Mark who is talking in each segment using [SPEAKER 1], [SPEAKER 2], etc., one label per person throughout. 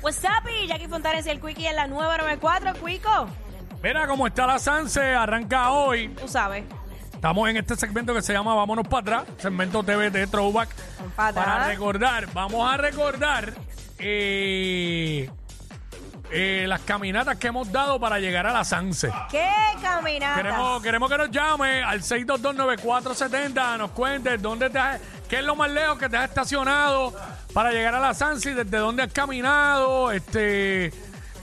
[SPEAKER 1] What's up, y Jackie Fontanes y el Quickie en la nueva 94, Quico.
[SPEAKER 2] Mira cómo está la Sanse, arranca hoy.
[SPEAKER 1] Tú sabes,
[SPEAKER 2] Estamos en este segmento que se llama Vámonos para atrás, segmento TV de Throwback.
[SPEAKER 1] para
[SPEAKER 2] Para
[SPEAKER 1] atrás.
[SPEAKER 2] recordar, vamos a recordar eh, eh, las caminatas que hemos dado para llegar a la Sanse.
[SPEAKER 1] qué caminata.
[SPEAKER 2] Queremos, queremos que nos llame al 6229470, nos cuentes dónde te has- qué es lo más lejos que te has estacionado para llegar a la Sansi, desde dónde has caminado, este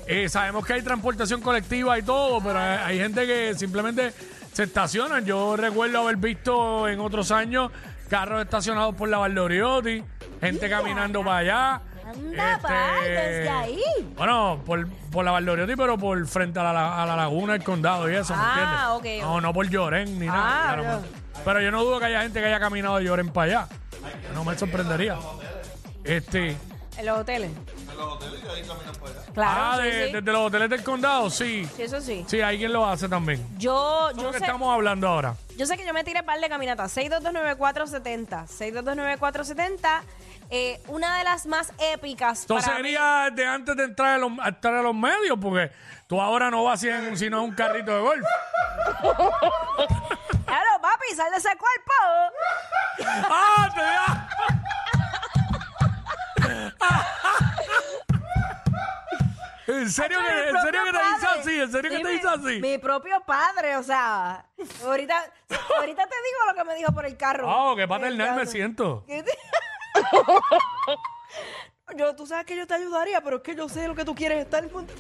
[SPEAKER 2] eh, sabemos que hay transportación colectiva y todo, pero hay, hay gente que simplemente se estacionan. Yo recuerdo haber visto en otros años carros estacionados por la Valdoriotti, gente caminando para allá. Este,
[SPEAKER 1] Anda, pa, desde ahí.
[SPEAKER 2] Bueno, por, por la Valdoriotti, pero por frente a la, la- a la laguna del condado y eso, ¿me
[SPEAKER 1] Ah,
[SPEAKER 2] entiendes?
[SPEAKER 1] ok,
[SPEAKER 2] No, no por Lloren ni nada.
[SPEAKER 1] Ah,
[SPEAKER 2] claro. Pero yo no dudo que haya gente que haya caminado de Lloren para allá. No me sorprendería. Este.
[SPEAKER 1] En los hoteles. En los hoteles que ahí caminan para allá. Claro,
[SPEAKER 2] ah,
[SPEAKER 1] sí,
[SPEAKER 2] de-
[SPEAKER 1] sí.
[SPEAKER 2] desde los hoteles del condado, sí.
[SPEAKER 1] Sí, eso sí.
[SPEAKER 2] Sí, hay quien lo hace también.
[SPEAKER 1] Yo,
[SPEAKER 2] ¿De
[SPEAKER 1] yo
[SPEAKER 2] qué
[SPEAKER 1] sé,
[SPEAKER 2] estamos hablando ahora?
[SPEAKER 1] yo sé que yo me tiré par de caminatas. 6229470. 6229470. Eh, una de las más épicas
[SPEAKER 2] Entonces
[SPEAKER 1] para mí.
[SPEAKER 2] sería de antes de entrar a, los, a entrar a los medios, porque tú ahora no vas en, sino en un carrito de golf.
[SPEAKER 1] Claro, papi, sal de ese cuerpo.
[SPEAKER 2] ¡Ah, te da! ¿En serio,
[SPEAKER 1] Mi
[SPEAKER 2] que, en
[SPEAKER 1] propio
[SPEAKER 2] serio que te dice
[SPEAKER 1] padre.
[SPEAKER 2] así? ¿En serio que
[SPEAKER 1] Sí,
[SPEAKER 2] te
[SPEAKER 1] mi-
[SPEAKER 2] dice así?
[SPEAKER 1] Mi propio padre, o sea. Ahorita, ahorita te digo lo que me dijo por el carro.
[SPEAKER 2] ¡Wow, qué
[SPEAKER 1] El
[SPEAKER 2] paternal me
[SPEAKER 1] carro.
[SPEAKER 2] siento!
[SPEAKER 1] ¿Qué te- yo, tú sabes que yo te ayudaría, pero es que yo sé lo que tú quieres estar junto.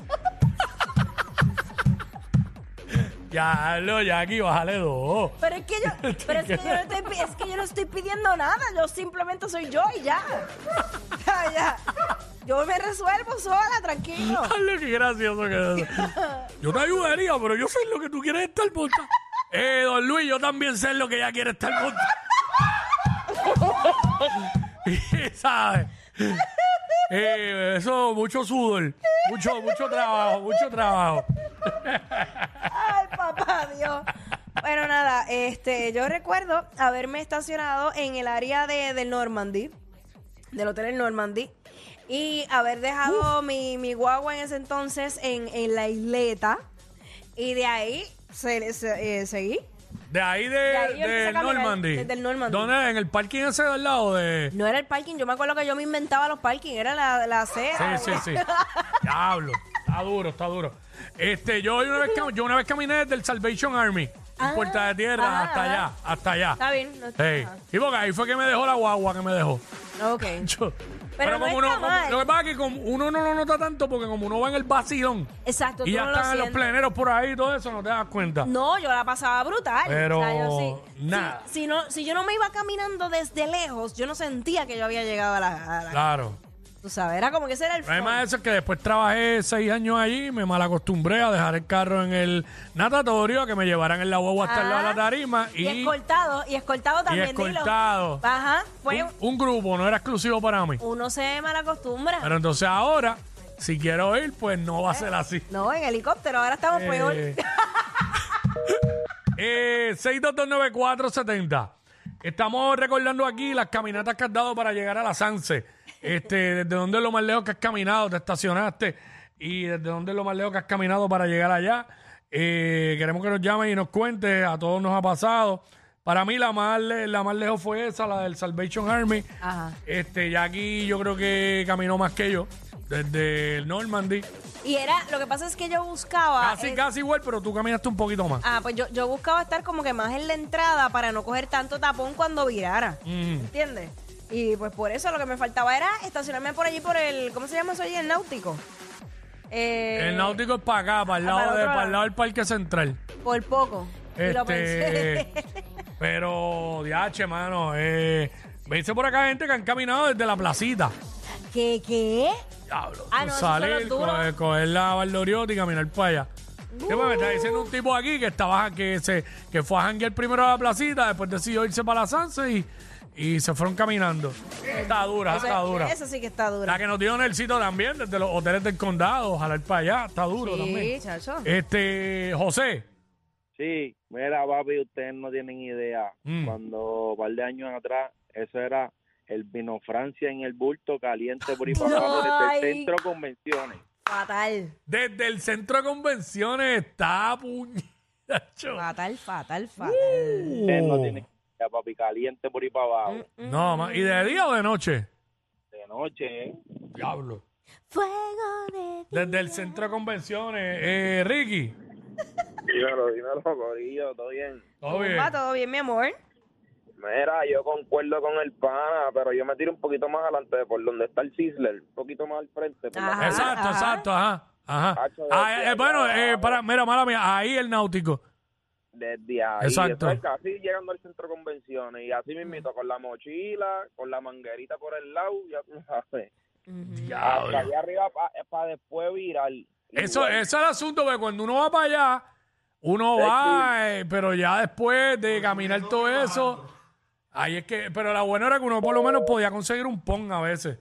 [SPEAKER 2] Ya, lo, ya aquí, bájale dos.
[SPEAKER 1] Pero es que yo, pero es que yo no estoy, pi- es que yo no estoy pidiendo nada, yo simplemente soy yo y ya. Ya, ya. Yo me resuelvo sola, tranquilo.
[SPEAKER 2] Hazle qué gracioso que es. Yo te ayudaría, pero yo sé lo que tú quieres estar monta. Eh, don Luis, yo también sé lo que ella quiere estar monta. ¿Sabes? Eh, eso, mucho sudor. Mucho, mucho trabajo, mucho trabajo.
[SPEAKER 1] Ay, papá Dios. Bueno, nada, este, yo recuerdo haberme estacionado en el área de, del Normandy, del Hotel El Normandy, y haber dejado mi, mi guagua en ese entonces en, en la isleta, y de ahí se, se- eh, seguí.
[SPEAKER 2] De ahí de,
[SPEAKER 1] ahí yo empecé
[SPEAKER 2] de
[SPEAKER 1] a caminar,
[SPEAKER 2] Normandy.
[SPEAKER 1] desde el Normandy.
[SPEAKER 2] ¿Dónde? En el parking ese del lado de.
[SPEAKER 1] No era el parking, yo me acuerdo que yo me inventaba los parking, era la, la
[SPEAKER 2] Sí,
[SPEAKER 1] acera.
[SPEAKER 2] sí, sí. Diablo. Está duro, está duro. Este, yo una vez, cam- yo una vez caminé desde el Salvation Army, en
[SPEAKER 1] Ah,
[SPEAKER 2] Puerta de Tierra,
[SPEAKER 1] ah,
[SPEAKER 2] hasta
[SPEAKER 1] ah.
[SPEAKER 2] allá, hasta allá.
[SPEAKER 1] Está bien, no está
[SPEAKER 2] Ey.
[SPEAKER 1] mal.
[SPEAKER 2] Y porque ahí fue que me dejó la guagua que me dejó.
[SPEAKER 1] Ok.
[SPEAKER 2] Yo-
[SPEAKER 1] no está
[SPEAKER 2] uno,
[SPEAKER 1] mal.
[SPEAKER 2] lo que pasa es que como uno no lo nota tanto porque como uno va en el vacilón
[SPEAKER 1] Exacto,
[SPEAKER 2] y
[SPEAKER 1] tú
[SPEAKER 2] ya
[SPEAKER 1] no lo
[SPEAKER 2] están los
[SPEAKER 1] sientes.
[SPEAKER 2] pleneros por ahí y todo eso, no te das cuenta.
[SPEAKER 1] No, yo la pasaba brutal.
[SPEAKER 2] Pero,
[SPEAKER 1] O sea, yo sí-
[SPEAKER 2] nada.
[SPEAKER 1] Si, si no, si yo no me iba caminando desde lejos, yo no sentía que yo había llegado a la. a la-
[SPEAKER 2] Claro.
[SPEAKER 1] Tú sabes, era como que ese era el.
[SPEAKER 2] El problema de
[SPEAKER 1] fun.
[SPEAKER 2] eso es que después trabajé seis años allí, me malacostumbré a dejar el carro en el natatorio, a que me llevaran en la guagua hasta el lado de la
[SPEAKER 1] Ajá.
[SPEAKER 2] tarima Ah, y,
[SPEAKER 1] Y escoltado, y escoltado también. dilo.
[SPEAKER 2] escoltado.
[SPEAKER 1] Ajá. Fue
[SPEAKER 2] un, un grupo, no era exclusivo para mí.
[SPEAKER 1] uno se malacostumbra.
[SPEAKER 2] Pero entonces ahora, si quiero ir, pues no va a ser así.
[SPEAKER 1] No, en helicóptero, ahora estamos peor.
[SPEAKER 2] Eh, eh, 6229470. Estamos recordando aquí las caminatas que has dado para llegar a la Sanse. Este, desde dónde es lo más lejos que has caminado, te estacionaste y desde dónde es lo más lejos que has caminado para llegar allá. Eh, queremos que nos llamen y nos cuentes, a todos nos ha pasado. Para mí la más, le- la más lejos fue esa, la del Salvation Army.
[SPEAKER 1] Ajá.
[SPEAKER 2] Este, Jackie yo creo que caminó más que yo, desde el Normandy.
[SPEAKER 1] Y era, lo que pasa es que yo buscaba.
[SPEAKER 2] Casi,
[SPEAKER 1] eh,
[SPEAKER 2] casi igual, pero tú caminaste un poquito más.
[SPEAKER 1] Ah, pues yo, yo buscaba estar como que más en la entrada para no coger tanto tapón cuando virara.
[SPEAKER 2] Mm.
[SPEAKER 1] ¿Entiendes? Y pues por eso lo que me faltaba era estacionarme por allí por el. ¿Cómo se llama eso allí? El náutico. Eh,
[SPEAKER 2] El náutico es para acá, para el
[SPEAKER 1] Ah,
[SPEAKER 2] lado,
[SPEAKER 1] para
[SPEAKER 2] de-
[SPEAKER 1] otro
[SPEAKER 2] para
[SPEAKER 1] lado.
[SPEAKER 2] el lado del parque central.
[SPEAKER 1] Por poco. Y lo
[SPEAKER 2] Este,
[SPEAKER 1] pensé.
[SPEAKER 2] pero, diache, mano, eh, me dice por acá gente que han caminado desde la placita.
[SPEAKER 1] ¿Qué? ¿Qué?
[SPEAKER 2] Diablo.
[SPEAKER 1] Ah, no, esos son
[SPEAKER 2] salir,
[SPEAKER 1] los duros.
[SPEAKER 2] coger, coger la Valdoriotti y caminar para allá. Sí, pues, me
[SPEAKER 1] Uh.
[SPEAKER 2] está diciendo un tipo aquí que estaba que se que fue a janguear primero a la placita, después decidió irse para la Sanse y, y se fueron caminando. Está dura,
[SPEAKER 1] Eso-
[SPEAKER 2] está dura.
[SPEAKER 1] Eso sí que está
[SPEAKER 2] La
[SPEAKER 1] dura.
[SPEAKER 2] que nos dio en el sitio también, desde los hoteles del condado, jalar para allá, está duro
[SPEAKER 1] Sí,
[SPEAKER 2] también.
[SPEAKER 1] chacho.
[SPEAKER 2] Este, José,
[SPEAKER 3] Sí, mira, papi, ustedes no tienen idea.
[SPEAKER 2] Mm.
[SPEAKER 3] Cuando un par de años atrás, eso era el vino Francia en el bulto caliente por ahí para
[SPEAKER 1] No,
[SPEAKER 3] abajo
[SPEAKER 1] ay.
[SPEAKER 3] desde el centro de convenciones.
[SPEAKER 1] Fatal.
[SPEAKER 2] desde el centro de convenciones está puñacho.
[SPEAKER 1] Fatal,
[SPEAKER 2] Mm.
[SPEAKER 1] fatal, fatal.
[SPEAKER 3] Ustedes no tienen idea, papi, caliente por ahí para abajo.
[SPEAKER 2] No, ma- ¿y de día o de noche?
[SPEAKER 3] De noche, ¿eh?
[SPEAKER 2] Diablo.
[SPEAKER 1] Fuego de...
[SPEAKER 2] Desde el centro de convenciones, eh, Ricky.
[SPEAKER 3] Dímelo, dímelo, Corillo, todo bien.
[SPEAKER 2] Todo bien.
[SPEAKER 1] Va todo bien, mi amor.
[SPEAKER 3] Mira, yo concuerdo con el pana, pero yo me tiro un poquito más adelante, por donde está el Sizzler, un poquito más al frente.
[SPEAKER 1] la- Ajá.
[SPEAKER 2] Exacto, exacto, ajá. Ajá.
[SPEAKER 3] Hacho,
[SPEAKER 2] Ah,
[SPEAKER 3] desde
[SPEAKER 2] eh, bueno,
[SPEAKER 3] allá.
[SPEAKER 2] eh, para, mira, mala mía, ahí el náutico.
[SPEAKER 3] Desde ahí,
[SPEAKER 2] Exacto.
[SPEAKER 3] eso es casi llegando al centro de convenciones y así mismito con la mochila, con la manguerita por el lado, ya tú sabes. Hasta allá arriba para después virar.
[SPEAKER 2] Eso,
[SPEAKER 3] Igual.
[SPEAKER 2] eso es el asunto, porque cuando uno va para allá, uno
[SPEAKER 3] Es
[SPEAKER 2] va, eh, pero ya después de caminar todo eso, ahí es que, pero la buena era que uno por lo menos podía conseguir un pon a veces,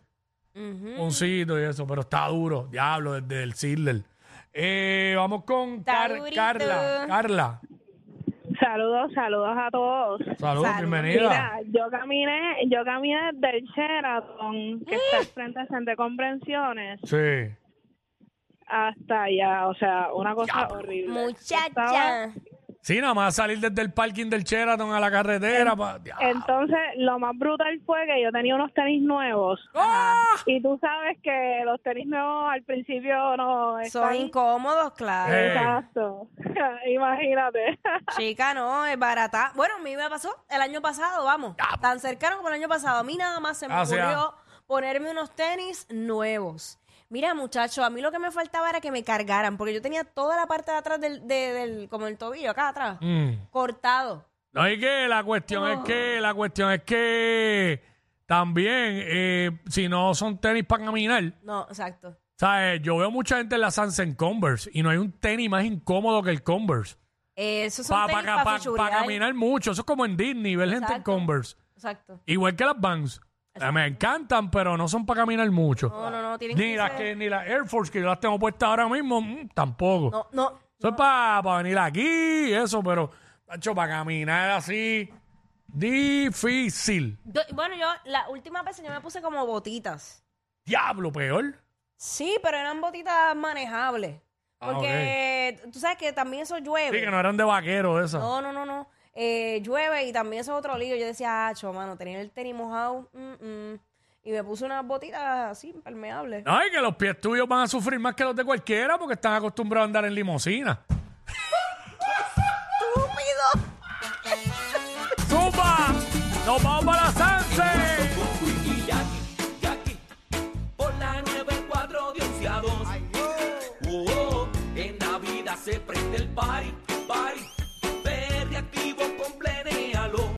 [SPEAKER 2] poncito y eso, pero está duro, diablo, desde el Sidler. Eh, vamos con
[SPEAKER 1] Está
[SPEAKER 2] Car-
[SPEAKER 1] durito.
[SPEAKER 2] Carla. Carla,
[SPEAKER 4] Saludos, saludos a todos.
[SPEAKER 2] saludos,
[SPEAKER 1] Salud.
[SPEAKER 2] bienvenida.
[SPEAKER 4] Mira, yo caminé, yo caminé desde el Sheraton,
[SPEAKER 1] ¡Ah!
[SPEAKER 4] que está al frente al Centro de Comprensiones,
[SPEAKER 2] Sí.
[SPEAKER 4] hasta allá. O sea, una cosa horrible. Estaba-
[SPEAKER 5] Muchacha.
[SPEAKER 2] Sí, nada más salir desde el parking del Sheraton a la carretera. pa- diablo.
[SPEAKER 4] Entonces, lo más brutal fue que yo tenía unos tenis nuevos.
[SPEAKER 2] ¡Ah!
[SPEAKER 4] Y tú sabes que los tenis nuevos al principio no
[SPEAKER 1] Son
[SPEAKER 4] están...
[SPEAKER 1] incómodos, claro.
[SPEAKER 2] Eh.
[SPEAKER 4] Exacto. Imagínate.
[SPEAKER 1] Chica, no, es barata. Bueno, a mí me pasó el año pasado, vamos. Tan cercano como el año pasado. A mí nada más se me
[SPEAKER 2] pues. Ah, o sea.
[SPEAKER 1] ocurrió ponerme unos tenis nuevos. Mira, muchacho, a mí lo que me faltaba era que me cargaran, porque yo tenía toda la parte de atrás del, de- del como el tobillo, acá atrás,
[SPEAKER 2] Mm.
[SPEAKER 1] cortado.
[SPEAKER 2] No, y que la cuestión es
[SPEAKER 1] Oh.
[SPEAKER 2] que, la cuestión es que también, eh, si no son tenis para caminar,
[SPEAKER 1] No, exacto.
[SPEAKER 2] ¿sabes? Yo veo mucha gente en la Sansen Converse y no hay un tenis más incómodo que el Converse.
[SPEAKER 1] Eh, esos son
[SPEAKER 2] Para
[SPEAKER 1] tenis para
[SPEAKER 2] caminar mucho, eso es como en Disney, ver gente en
[SPEAKER 1] Exacto.
[SPEAKER 2] Converse.
[SPEAKER 1] Exacto.
[SPEAKER 2] Igual que las Vans. Eh, Me encantan, pero no son para caminar mucho.
[SPEAKER 1] No, no, no, tienen
[SPEAKER 2] Ni
[SPEAKER 1] que
[SPEAKER 2] las
[SPEAKER 1] ser-
[SPEAKER 2] que, ni las Air Force que yo las tengo puestas ahora mismo, mm, tampoco.
[SPEAKER 1] No, no.
[SPEAKER 2] Eso es para venir aquí, eso, pero, hecho para caminar así, difícil.
[SPEAKER 1] Yo- bueno, yo la última vez yo me puse como botitas.
[SPEAKER 2] Diablo, peor.
[SPEAKER 1] Sí, pero eran botitas manejables.
[SPEAKER 2] Ah,
[SPEAKER 1] Porque tú sabes que también eso llueve.
[SPEAKER 2] Sí, que no eran de vaquero esas.
[SPEAKER 1] No, no, no, no. Eh, llueve y también eso es otro lío. Yo decía, ah, cho, mano, tenía el tenis mojado. mm, mm". Y me puse unas botitas así, impermeables.
[SPEAKER 2] No, y que los pies tuyos van a sufrir más que los de cualquiera porque están acostumbrados a andar en limosina.
[SPEAKER 1] ¡Estúpido!
[SPEAKER 2] ¡Zumba! ¡Nos vamos para la Sanse!
[SPEAKER 6] y Jackie, Jackie, por la 94 de onceados. Oh, oh, en Navidad se prende el party